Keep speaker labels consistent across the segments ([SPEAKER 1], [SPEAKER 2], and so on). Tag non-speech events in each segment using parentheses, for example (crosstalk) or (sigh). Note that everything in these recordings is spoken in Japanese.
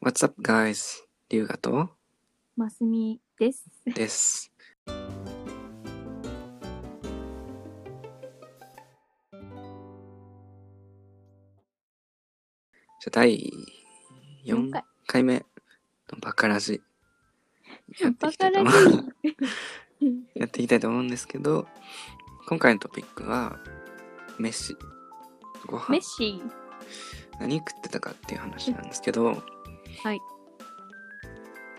[SPEAKER 1] What's up, guys? 龍河と
[SPEAKER 2] マスミです。
[SPEAKER 1] です。じゃあ第4
[SPEAKER 2] 回。
[SPEAKER 1] 回目のバカラジやってい
[SPEAKER 2] バ
[SPEAKER 1] きた
[SPEAKER 2] カ
[SPEAKER 1] いと思
[SPEAKER 2] らし
[SPEAKER 1] う
[SPEAKER 2] い。
[SPEAKER 1] (laughs) やっていきたいと思うんですけど今回のトピックは飯ご
[SPEAKER 2] メッ
[SPEAKER 1] 飯
[SPEAKER 2] シー。
[SPEAKER 1] 何食ってたかっていう話なんですけど
[SPEAKER 2] はい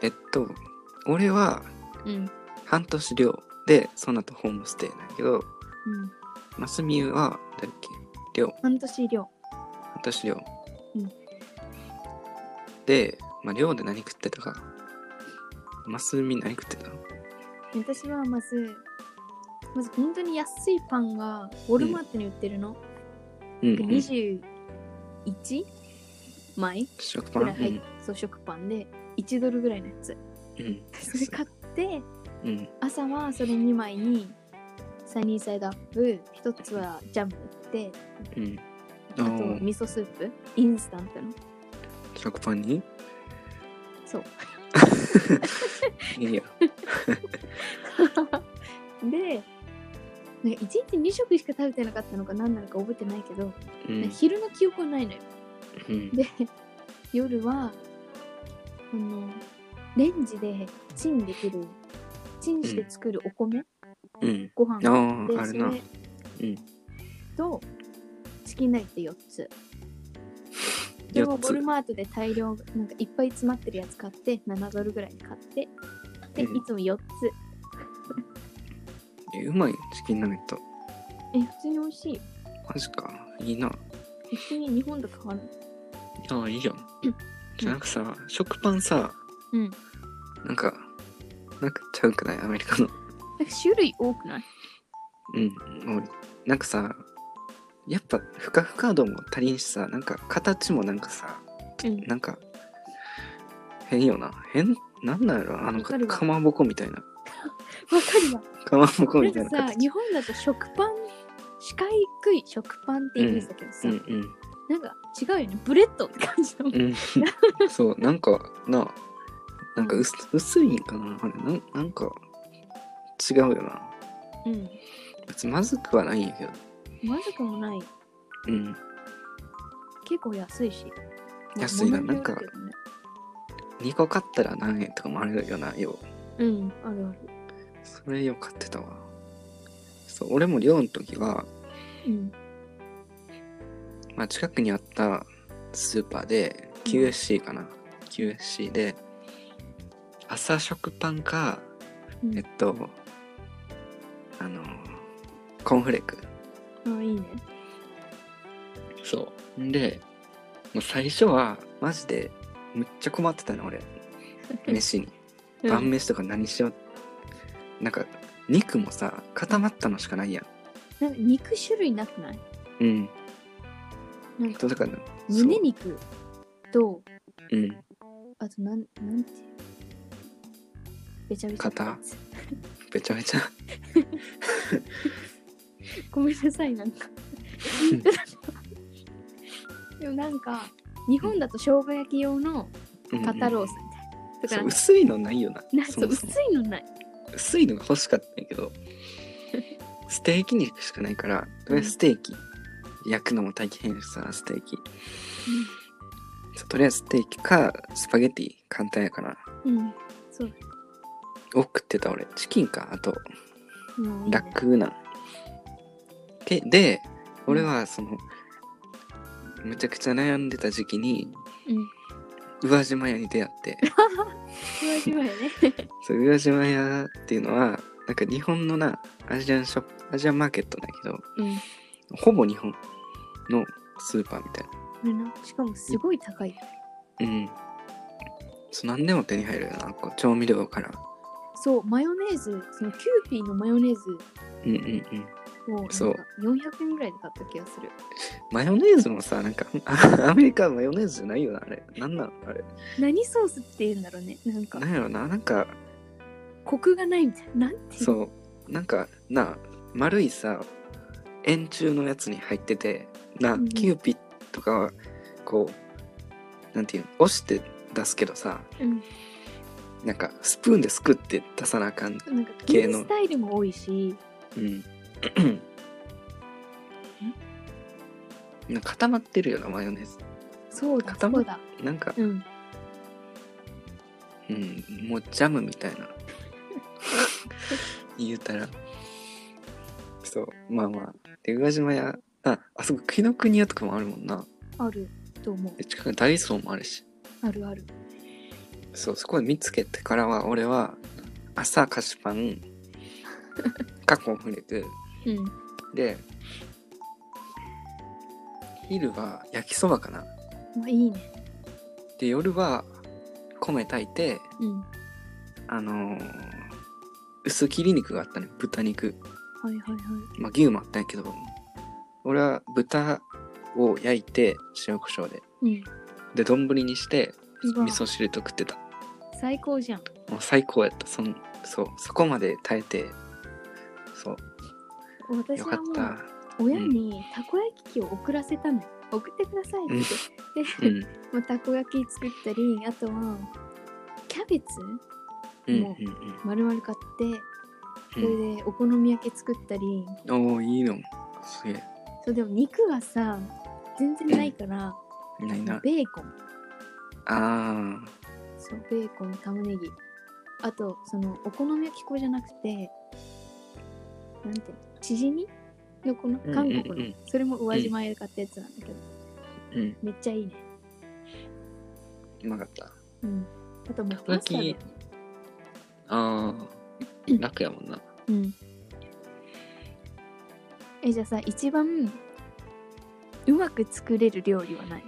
[SPEAKER 1] えっと俺は
[SPEAKER 2] うん。
[SPEAKER 1] 半年寮でその後ホームステイだけど
[SPEAKER 2] うん。
[SPEAKER 1] マスミはだっけ寮
[SPEAKER 2] 半年量。
[SPEAKER 1] 半年寮、
[SPEAKER 2] うん
[SPEAKER 1] で、まあ、寮で何食ってたかマスミ何食ってた
[SPEAKER 2] 私はまず、まず本当に安いパンがウォルマートに売ってるの。
[SPEAKER 1] うん、う
[SPEAKER 2] で、
[SPEAKER 1] ん、
[SPEAKER 2] 21枚
[SPEAKER 1] 食パ
[SPEAKER 2] ぐ
[SPEAKER 1] ン、
[SPEAKER 2] らい入っ
[SPEAKER 1] う
[SPEAKER 2] そう、食パンで1ドルぐらいのやつ。
[SPEAKER 1] んうん
[SPEAKER 2] それ買って、
[SPEAKER 1] うん
[SPEAKER 2] 朝はそれ2枚にサニーサイドアップ、1つはジャム塗って、
[SPEAKER 1] うん
[SPEAKER 2] あ
[SPEAKER 1] お
[SPEAKER 2] と
[SPEAKER 1] ー
[SPEAKER 2] 味噌スープ、インスタントの。
[SPEAKER 1] 食パンに
[SPEAKER 2] そう。
[SPEAKER 1] いいよ
[SPEAKER 2] (laughs) でなんか1日2食しか食べてなかったのか何なのか覚えてないけど、
[SPEAKER 1] う
[SPEAKER 2] なん
[SPEAKER 1] ん
[SPEAKER 2] か昼の記憶はないのよ
[SPEAKER 1] うん
[SPEAKER 2] で夜はあのレンジでチンできるチンして作るお米、
[SPEAKER 1] うん
[SPEAKER 2] ご飯
[SPEAKER 1] あ
[SPEAKER 2] で
[SPEAKER 1] ああ
[SPEAKER 2] そ
[SPEAKER 1] る
[SPEAKER 2] れ
[SPEAKER 1] なうん
[SPEAKER 2] とチキンナイって4つでも
[SPEAKER 1] 4
[SPEAKER 2] ボル
[SPEAKER 1] つ
[SPEAKER 2] マートで大量なんかいっぱい詰まってるやつ買って7ドルぐらいで買ってでい
[SPEAKER 1] うん
[SPEAKER 2] つも4つ
[SPEAKER 1] えうまいチキンナゲット
[SPEAKER 2] え普通に美味しい
[SPEAKER 1] マジかいいな
[SPEAKER 2] 普通に日本と変わる
[SPEAKER 1] ああいいじゃんじゃあなんかさ食パンさ
[SPEAKER 2] うんな
[SPEAKER 1] な
[SPEAKER 2] んか
[SPEAKER 1] んかなんかちゃうくないアメリカの
[SPEAKER 2] 種類多くない
[SPEAKER 1] うん、俺なんかさやっぱふかふか度も足りんしさなんか形もなんかさ
[SPEAKER 2] うん
[SPEAKER 1] なんか変よな変なんなんやろあの
[SPEAKER 2] わ
[SPEAKER 1] か
[SPEAKER 2] かるわ
[SPEAKER 1] かまぼこみたいな
[SPEAKER 2] わかるわ。
[SPEAKER 1] かまぼこ
[SPEAKER 2] な
[SPEAKER 1] み
[SPEAKER 2] ん
[SPEAKER 1] たい
[SPEAKER 2] か
[SPEAKER 1] な
[SPEAKER 2] さ、
[SPEAKER 1] 形
[SPEAKER 2] 日本だと食パン、四角い食パンってイメージだけどさ、
[SPEAKER 1] うんうん
[SPEAKER 2] なんか違うよね。ブレッドって感じの。
[SPEAKER 1] うんそうなん (laughs) かななんか薄薄いんかなあれなんなんか違うよな
[SPEAKER 2] うん。
[SPEAKER 1] 別にまずくはないんやけど
[SPEAKER 2] まずくもない。
[SPEAKER 1] うん
[SPEAKER 2] 結構安いし。
[SPEAKER 1] 安いな
[SPEAKER 2] 物によるけどね
[SPEAKER 1] 2個買ったら何円とかもあるよなよう
[SPEAKER 2] うん、あるある。
[SPEAKER 1] それよ買ってたわそう俺も寮の時は
[SPEAKER 2] うん。
[SPEAKER 1] まあ、近くにあったスーパーで QSC かな、QSC で朝食パンか、
[SPEAKER 2] うん
[SPEAKER 1] えっとあのコーンフレーク
[SPEAKER 2] ああ、いいね。
[SPEAKER 1] そうんでもう最初はマジでめっちゃ困ってたの (laughs) 俺飯に
[SPEAKER 2] うん
[SPEAKER 1] 晩飯とか何しよう、なんか肉もさ固まったのしかないや
[SPEAKER 2] なんか肉種類なくない
[SPEAKER 1] んうん
[SPEAKER 2] なんか
[SPEAKER 1] だからそう
[SPEAKER 2] 胸肉と、
[SPEAKER 1] うん
[SPEAKER 2] あとなん、なんていう。べちゃべちゃ。
[SPEAKER 1] 肩べちゃべちゃ
[SPEAKER 2] ごめんなさ
[SPEAKER 1] (laughs)
[SPEAKER 2] い、なんか
[SPEAKER 1] うん。
[SPEAKER 2] でもなんか、日本だと生姜焼き用の肩ロースみたいな。だか
[SPEAKER 1] そ
[SPEAKER 2] ら
[SPEAKER 1] う、薄いのないよな
[SPEAKER 2] (laughs) なん
[SPEAKER 1] そ
[SPEAKER 2] か
[SPEAKER 1] もそ
[SPEAKER 2] 薄
[SPEAKER 1] も
[SPEAKER 2] いのない。
[SPEAKER 1] 薄いのが欲しかったんやけ
[SPEAKER 2] (laughs)
[SPEAKER 1] どステーキ肉しかないからとりあえずステーキ、焼くのも大変やしさステーキそうとりあえずステーキかスパゲティ簡単やから
[SPEAKER 2] うん。うんそう。
[SPEAKER 1] 多く食ってた俺チキンかあと
[SPEAKER 2] うん、いいね
[SPEAKER 1] 楽なんけで俺はそのめちゃくちゃ悩んでた時期に
[SPEAKER 2] うん。
[SPEAKER 1] 宇和島屋に出会 (laughs) って
[SPEAKER 2] ふわじわやね。
[SPEAKER 1] そう宇和島屋っていうのはなんか日本のなアジアンショップアジアンマーケットだけど
[SPEAKER 2] うん。こ
[SPEAKER 1] ほぼ日本のスーパーみたいな。
[SPEAKER 2] れな。しかもすごい高い。
[SPEAKER 1] うん。そう、何でも手に入るよな。こう調味料から。
[SPEAKER 2] そう、マヨネーズ、そのキューピーのマヨネーズ
[SPEAKER 1] うんうんうん。
[SPEAKER 2] をなんか
[SPEAKER 1] そう
[SPEAKER 2] 400円ぐらいで買った気がする。
[SPEAKER 1] マヨネーズもさ、 (laughs) なんか、あアメリカはマヨネーズじゃないよな、あれ。なんなんあれ。
[SPEAKER 2] 何ソースって言うんだろうね。なんか、
[SPEAKER 1] なんやろな。なんか、
[SPEAKER 2] コクがないみたいな。なんていうの
[SPEAKER 1] そう、なんか、なあ、丸いさ、円柱のやつに入ってて、なあ、
[SPEAKER 2] うん
[SPEAKER 1] キューピッとかは、こう、なんていうの、押して出すけどさ
[SPEAKER 2] うん、
[SPEAKER 1] なんかスプーンですくって出さなあかん、
[SPEAKER 2] なんか
[SPEAKER 1] 系
[SPEAKER 2] 系
[SPEAKER 1] の
[SPEAKER 2] のスタイルも多いし
[SPEAKER 1] うん、なんか固まってるよなマヨネーズ
[SPEAKER 2] そうだ
[SPEAKER 1] 固
[SPEAKER 2] そ
[SPEAKER 1] まっ
[SPEAKER 2] うだ
[SPEAKER 1] なんか、
[SPEAKER 2] うん
[SPEAKER 1] うん、もうジャムみたい
[SPEAKER 2] (laughs)
[SPEAKER 1] な言うたらそうまあまあで宇和島やああそこ紀ノ国屋とかもあるもんな
[SPEAKER 2] あると思う
[SPEAKER 1] で近くにダイソーもあるし
[SPEAKER 2] あるある
[SPEAKER 1] そうそこで見つけてからは俺は朝菓子パン過去フレーク
[SPEAKER 2] うん
[SPEAKER 1] で昼は焼きそばかな
[SPEAKER 2] まあいいね
[SPEAKER 1] で夜は米炊いて
[SPEAKER 2] うん
[SPEAKER 1] あのー薄切り肉があったね豚肉
[SPEAKER 2] はいはいはい
[SPEAKER 1] まあ牛もあったんやけど俺は豚を焼いて塩コショウで
[SPEAKER 2] うん
[SPEAKER 1] で丼にして
[SPEAKER 2] うわ
[SPEAKER 1] 味噌汁と食ってた
[SPEAKER 2] 最高じゃん
[SPEAKER 1] もう最高やったそのそうそこまで耐えてそう
[SPEAKER 2] 私
[SPEAKER 1] よか
[SPEAKER 2] は
[SPEAKER 1] っ
[SPEAKER 2] も
[SPEAKER 1] た
[SPEAKER 2] う親にたこ焼き器を送らせたの送ってくださいって言って
[SPEAKER 1] う
[SPEAKER 2] で、
[SPEAKER 1] ん
[SPEAKER 2] まあ、たこ焼き作ったりあとはキャベツ
[SPEAKER 1] うんうん
[SPEAKER 2] も丸々買ってそ
[SPEAKER 1] うんうん
[SPEAKER 2] れでお好み焼き作ったり
[SPEAKER 1] おおいいのすげえ
[SPEAKER 2] そうでも肉がさ全然ないから
[SPEAKER 1] ないな
[SPEAKER 2] ベーコン
[SPEAKER 1] ああ
[SPEAKER 2] そうベーコン玉ねぎあとそのお好み焼き粉じゃなくてなんていうのチヂミのこの
[SPEAKER 1] うん
[SPEAKER 2] 韓国の、
[SPEAKER 1] うんうん
[SPEAKER 2] それも宇和島で買ったやつなんだけど、
[SPEAKER 1] うん
[SPEAKER 2] めっちゃいいね
[SPEAKER 1] うまかった
[SPEAKER 2] うんあともう
[SPEAKER 1] たこ
[SPEAKER 2] パス
[SPEAKER 1] 焼
[SPEAKER 2] タだよ
[SPEAKER 1] きああ楽やもんな
[SPEAKER 2] うんえじゃあさ一番うまく作れる料理は
[SPEAKER 1] (laughs)
[SPEAKER 2] ない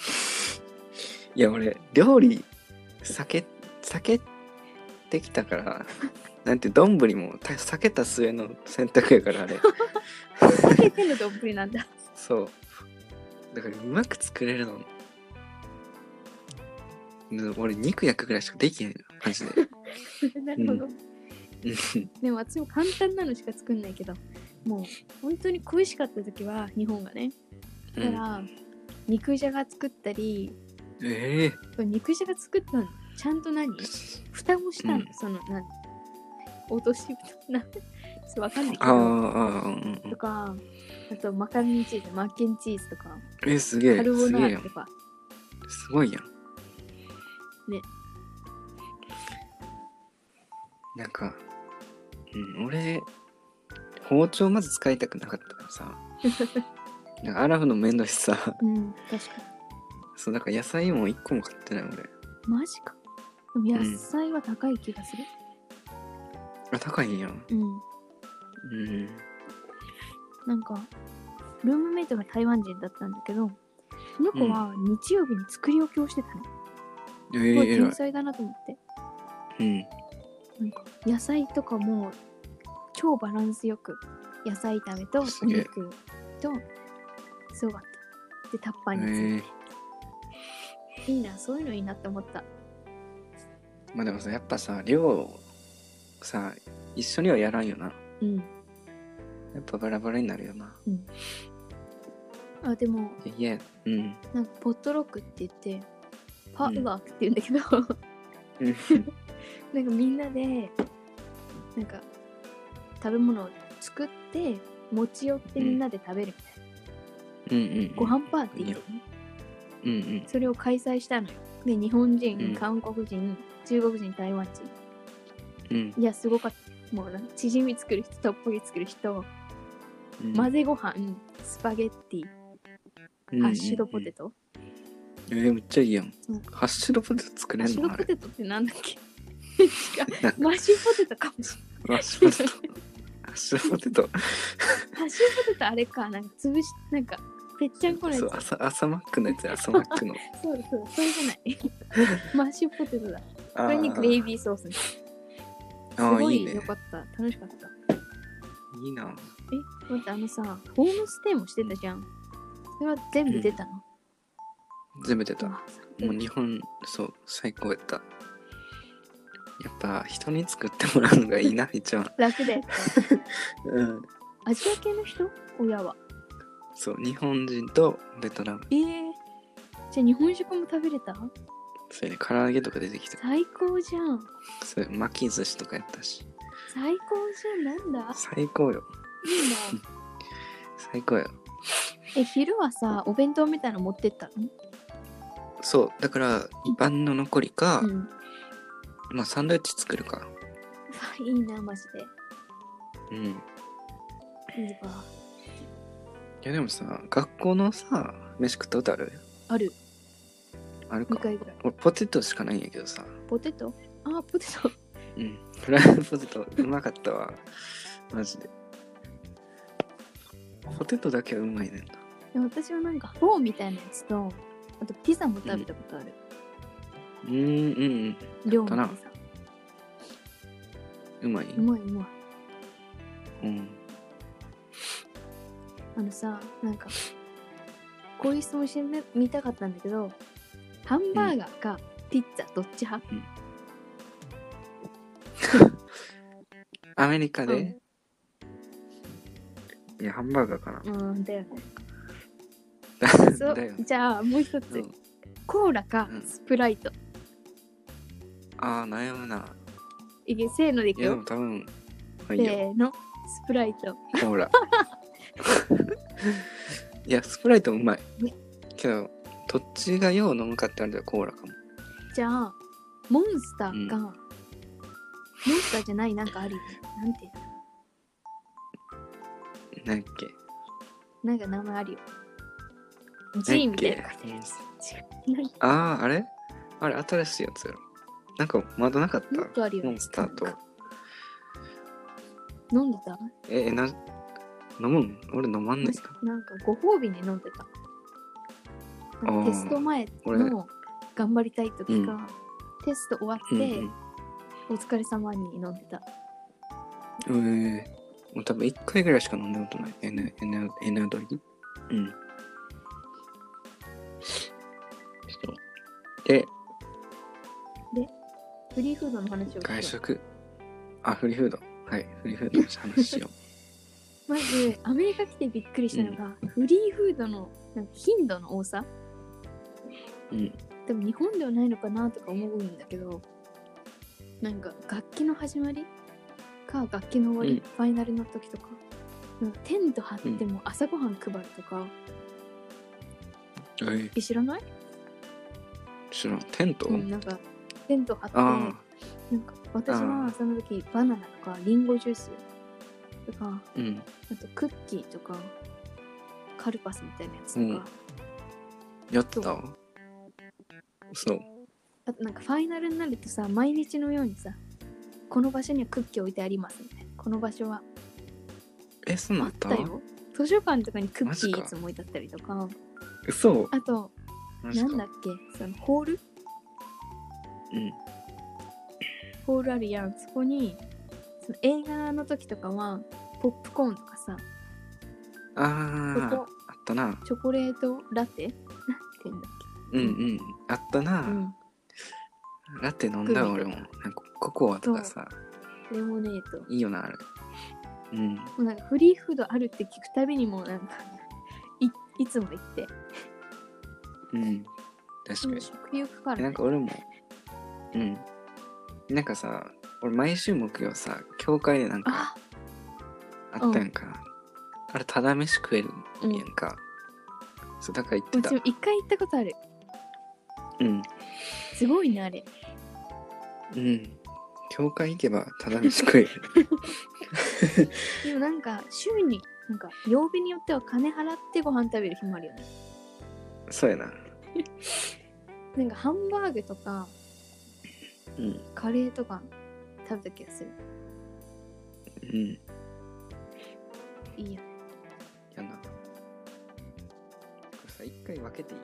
[SPEAKER 2] (laughs)
[SPEAKER 1] いや俺料理避け避けてきたからなんて丼もた避けた末の選択やからあれ
[SPEAKER 2] かけての丼なんだ
[SPEAKER 1] そうだからうまく作れるのうん俺肉焼くぐらいしかできへんマ
[SPEAKER 2] (laughs)
[SPEAKER 1] ジで
[SPEAKER 2] なるほど、
[SPEAKER 1] うん
[SPEAKER 2] でも私も簡単なのしか作んないけどもう本当に恋しかった時は日本がねだか
[SPEAKER 1] うん
[SPEAKER 2] ら、肉じゃが作ったり
[SPEAKER 1] ええ
[SPEAKER 2] これ肉じゃが作ったのちゃんと何蓋をしたの、
[SPEAKER 1] うん
[SPEAKER 2] その何落とし蓋 (laughs) なんてそうわかんないけ
[SPEAKER 1] あああ
[SPEAKER 2] ど
[SPEAKER 1] あうんうんう
[SPEAKER 2] と
[SPEAKER 1] ん
[SPEAKER 2] かあとマカロニチーズマッケンチーズとか
[SPEAKER 1] えすげえ
[SPEAKER 2] カルボ
[SPEAKER 1] すげ
[SPEAKER 2] ナ
[SPEAKER 1] え
[SPEAKER 2] ー
[SPEAKER 1] や
[SPEAKER 2] ラ
[SPEAKER 1] ん
[SPEAKER 2] とか
[SPEAKER 1] すごいやん
[SPEAKER 2] ね
[SPEAKER 1] なんか、うん、俺包丁まず使いたくなかったからさなんか洗うのめんどいしさ
[SPEAKER 2] うん確か
[SPEAKER 1] そうだから野菜も一個も買ってない俺
[SPEAKER 2] にマジかでも野菜は高い気がする
[SPEAKER 1] あ高いんやん
[SPEAKER 2] うん、
[SPEAKER 1] うん
[SPEAKER 2] なんかルームメイトが台湾人だったんだけどその子は日曜日に作り置きをしてたの、
[SPEAKER 1] え
[SPEAKER 2] すご
[SPEAKER 1] ー、
[SPEAKER 2] い
[SPEAKER 1] えら
[SPEAKER 2] 天
[SPEAKER 1] い
[SPEAKER 2] 才だなと思って
[SPEAKER 1] うん
[SPEAKER 2] 野菜とかも超バランスよく野菜炒めとお
[SPEAKER 1] すげえ
[SPEAKER 2] 肉とすごかったでタッパーに詰め
[SPEAKER 1] えー
[SPEAKER 2] て、いいなそういうのいいなって思った
[SPEAKER 1] まあでもさやっぱさ量をさ一緒にはやらんよな
[SPEAKER 2] うん
[SPEAKER 1] やっぱバラバラになるよな
[SPEAKER 2] あでも
[SPEAKER 1] いや
[SPEAKER 2] (laughs)
[SPEAKER 1] うん
[SPEAKER 2] なんかポットロックって言ってパ
[SPEAKER 1] うん
[SPEAKER 2] ウワークって言うんだけど (laughs)
[SPEAKER 1] うん
[SPEAKER 2] なんかみんなでなんか食べ物を作って持ち寄ってみんなで食べるみたいな、
[SPEAKER 1] うんうん
[SPEAKER 2] ご飯パーティー、
[SPEAKER 1] うんうん
[SPEAKER 2] それを開催したのよで日本人、
[SPEAKER 1] うん
[SPEAKER 2] 韓国人中国人台湾人
[SPEAKER 1] うん
[SPEAKER 2] いや、すごかった。もうなんか、チヂミ作る人、トッポギ作る人、
[SPEAKER 1] うん
[SPEAKER 2] 混ぜご飯、スパゲッティ、
[SPEAKER 1] うん
[SPEAKER 2] ハッシュドポテト。
[SPEAKER 1] えーめっちゃいいやん
[SPEAKER 2] うん
[SPEAKER 1] ハッシュドポテト作
[SPEAKER 2] ハ
[SPEAKER 1] れ
[SPEAKER 2] ッ
[SPEAKER 1] ん
[SPEAKER 2] シュ
[SPEAKER 1] の
[SPEAKER 2] ド
[SPEAKER 1] あ
[SPEAKER 2] ポ
[SPEAKER 1] れ
[SPEAKER 2] テトってなんだっ
[SPEAKER 1] (laughs)
[SPEAKER 2] け違う
[SPEAKER 1] なんか
[SPEAKER 2] マッシュポテトかもしれ
[SPEAKER 1] ハッシュドポテトハッシュドポテト
[SPEAKER 2] ない。ハッシュポテトあれか、なんか潰し、なんか、ぺっちゃんこのやつ。
[SPEAKER 1] そ
[SPEAKER 2] そうう
[SPEAKER 1] 朝朝マックのやつや朝マックの
[SPEAKER 2] だそうだ、それじゃない。
[SPEAKER 1] (laughs)
[SPEAKER 2] マッシュポテトだ。
[SPEAKER 1] あ
[SPEAKER 2] (laughs) これにグレイ
[SPEAKER 1] ー
[SPEAKER 2] ビーソース。す
[SPEAKER 1] あー
[SPEAKER 2] ご
[SPEAKER 1] いい
[SPEAKER 2] い良
[SPEAKER 1] ね
[SPEAKER 2] かった。楽しかった。
[SPEAKER 1] いいな
[SPEAKER 2] え、待って、あのさ、ホームステイもしてたじゃん。それは全部出たの。
[SPEAKER 1] 全部出た
[SPEAKER 2] うわ
[SPEAKER 1] もう日本そう最高やったやっぱ人に作ってもらうのがいい
[SPEAKER 2] (laughs)
[SPEAKER 1] な一番
[SPEAKER 2] 楽
[SPEAKER 1] (laughs)
[SPEAKER 2] だよ。
[SPEAKER 1] うん
[SPEAKER 2] アジア系の人親は。
[SPEAKER 1] そう日本人とベトナム
[SPEAKER 2] ええじゃあ日本食も食べれた
[SPEAKER 1] それで唐揚げとか出てきた
[SPEAKER 2] 最高じゃん
[SPEAKER 1] それ巻き寿司とかやったし
[SPEAKER 2] 最高じゃんなんだ
[SPEAKER 1] 最高よ
[SPEAKER 2] いいな
[SPEAKER 1] 最高よ
[SPEAKER 2] え昼はさお弁当みたいなの持ってったの
[SPEAKER 1] そうだから晩の残りか、
[SPEAKER 2] うん
[SPEAKER 1] まあサンドイッチ作るか
[SPEAKER 2] あいいなマジ
[SPEAKER 1] うん
[SPEAKER 2] でいいわ
[SPEAKER 1] いやでもさ学校のさ飯食ったことある
[SPEAKER 2] ある
[SPEAKER 1] ある
[SPEAKER 2] 2
[SPEAKER 1] か
[SPEAKER 2] 回ぐらい
[SPEAKER 1] 俺ポテトしかないんやけどさ
[SPEAKER 2] ポテトあポテト (laughs)
[SPEAKER 1] うんフライドポテトうまかったわマジでポテトだけはうまいねんな
[SPEAKER 2] でも私はなんかフォーみたいなやつとあとピザも食べたことある、
[SPEAKER 1] うんうんうん
[SPEAKER 2] 量の
[SPEAKER 1] かな
[SPEAKER 2] ピザ
[SPEAKER 1] うまいう
[SPEAKER 2] まいうまい
[SPEAKER 1] うん
[SPEAKER 2] あのさなんかこういう質問してみ見たかったんだけどハンバーガーかピッツァどっち派、
[SPEAKER 1] アメリカで、いやハンバーガーかな
[SPEAKER 2] うんだよねそ
[SPEAKER 1] だよ
[SPEAKER 2] うじゃあもう一つ、
[SPEAKER 1] うん
[SPEAKER 2] コーラか
[SPEAKER 1] うん
[SPEAKER 2] スプライト、
[SPEAKER 1] ああ悩むない
[SPEAKER 2] けせーのでい
[SPEAKER 1] い
[SPEAKER 2] く
[SPEAKER 1] やで
[SPEAKER 2] よ
[SPEAKER 1] も多分まあ
[SPEAKER 2] せ
[SPEAKER 1] いいよ
[SPEAKER 2] ーのスプライト
[SPEAKER 1] ほらいやスプライトもうまい
[SPEAKER 2] ね
[SPEAKER 1] けどどっちがよう飲むかってあるとコーラかも
[SPEAKER 2] じゃあモンスターか、モンスターじゃないなんかあるよねなんていうの
[SPEAKER 1] なんやっけ
[SPEAKER 2] なんか名前あるよジ
[SPEAKER 1] 何
[SPEAKER 2] ー
[SPEAKER 1] やっ
[SPEAKER 2] みたい
[SPEAKER 1] け
[SPEAKER 2] な
[SPEAKER 1] うんあああれあれ新しいやつやろなんかまだなかっ
[SPEAKER 2] もっとあ
[SPEAKER 1] た
[SPEAKER 2] るよ
[SPEAKER 1] モ
[SPEAKER 2] ね
[SPEAKER 1] ンスターと
[SPEAKER 2] 飲んでた
[SPEAKER 1] ええな飲むん俺飲まんないか
[SPEAKER 2] なんかご褒美に飲んでた。なんかテスト前
[SPEAKER 1] 俺
[SPEAKER 2] の頑張りたい時か、
[SPEAKER 1] う
[SPEAKER 2] テスト終わ
[SPEAKER 1] う
[SPEAKER 2] っ
[SPEAKER 1] んう
[SPEAKER 2] て、
[SPEAKER 1] ん
[SPEAKER 2] お疲れ様に飲んでた。
[SPEAKER 1] ええもう多分1回ぐらいしか飲んだことない。エナ、エナ、エナドリうん。そうで、
[SPEAKER 2] フリーフードの話
[SPEAKER 1] 外
[SPEAKER 2] を聞く。
[SPEAKER 1] 食。あ、フリーフード。はい、フリーフードの話しよ
[SPEAKER 2] まず、アメリカ来てびっくりしたのが、フリーフードのなんか頻度の多さ。 (laughs)
[SPEAKER 1] う。うん。
[SPEAKER 2] 多分日本ではないのかなとか思うんだけど、なんか楽器の始まりか楽器の終わり、
[SPEAKER 1] うん
[SPEAKER 2] ファイナルの時とか、なんかテント張っても朝ごはん配るとか、
[SPEAKER 1] えー、
[SPEAKER 2] え知らない、
[SPEAKER 1] 知らん。テント、
[SPEAKER 2] うん、なんかテント張って、
[SPEAKER 1] ああ、
[SPEAKER 2] なんか私
[SPEAKER 1] あ
[SPEAKER 2] は
[SPEAKER 1] ー
[SPEAKER 2] その時バナナとかリンゴジュースとか
[SPEAKER 1] うん。
[SPEAKER 2] あとクッキーとかカルパスみたいなやつとか、
[SPEAKER 1] うんやってたわそう。
[SPEAKER 2] あとなんかファイナルになるとさ毎日のようにさこの場所にはクッキー置いてありますみたいなこの場所は
[SPEAKER 1] え、そう
[SPEAKER 2] あ
[SPEAKER 1] な
[SPEAKER 2] っ
[SPEAKER 1] んだ
[SPEAKER 2] たよ図書館とかにクッキ
[SPEAKER 1] マジ
[SPEAKER 2] ー
[SPEAKER 1] か
[SPEAKER 2] いつも置いてあったりとか
[SPEAKER 1] 嘘
[SPEAKER 2] あと
[SPEAKER 1] マジ
[SPEAKER 2] な
[SPEAKER 1] か
[SPEAKER 2] んだっけそのホール
[SPEAKER 1] うん。
[SPEAKER 2] ホールあるやんそこにその映画の時とかはポップコーンとかさ
[SPEAKER 1] あ
[SPEAKER 2] ここ
[SPEAKER 1] あ、あったな。
[SPEAKER 2] チョコレートラテなんて言うんだっ
[SPEAKER 1] うんうん。あったな。
[SPEAKER 2] け、うん、
[SPEAKER 1] ラテ飲んだわ
[SPEAKER 2] グミ
[SPEAKER 1] 俺
[SPEAKER 2] と
[SPEAKER 1] も。
[SPEAKER 2] か
[SPEAKER 1] なんかココアとかさ。
[SPEAKER 2] レモネード。も
[SPEAKER 1] いいよな、あれ。うん。
[SPEAKER 2] うなんかフリーフードあるって聞くたびにもうなんかい、いつも行って。
[SPEAKER 1] うん。確かに。
[SPEAKER 2] 食欲か
[SPEAKER 1] えな
[SPEAKER 2] ら
[SPEAKER 1] ん。か俺も、うん。なんかさ、俺毎週木曜さ、教会でなんか
[SPEAKER 2] あ
[SPEAKER 1] あったやんか。あれ、ただ飯食える
[SPEAKER 2] うん。
[SPEAKER 1] ん
[SPEAKER 2] う
[SPEAKER 1] やんか。そう、だから言ってた
[SPEAKER 2] ちも。一回行ったことある。
[SPEAKER 1] うん。
[SPEAKER 2] すごいね、あれ。
[SPEAKER 1] うん。教会行けばただ飯 (laughs) 食える。
[SPEAKER 2] でもなんか、週に、なんか、曜日によっては金払ってご飯食べる日もあるよね。
[SPEAKER 1] そうやな。
[SPEAKER 2] なんか、ハンバーグとか、
[SPEAKER 1] うん。
[SPEAKER 2] カレーとか食べた気がする。
[SPEAKER 1] うん。
[SPEAKER 2] いいや。
[SPEAKER 1] やな。これさ、一回分けていい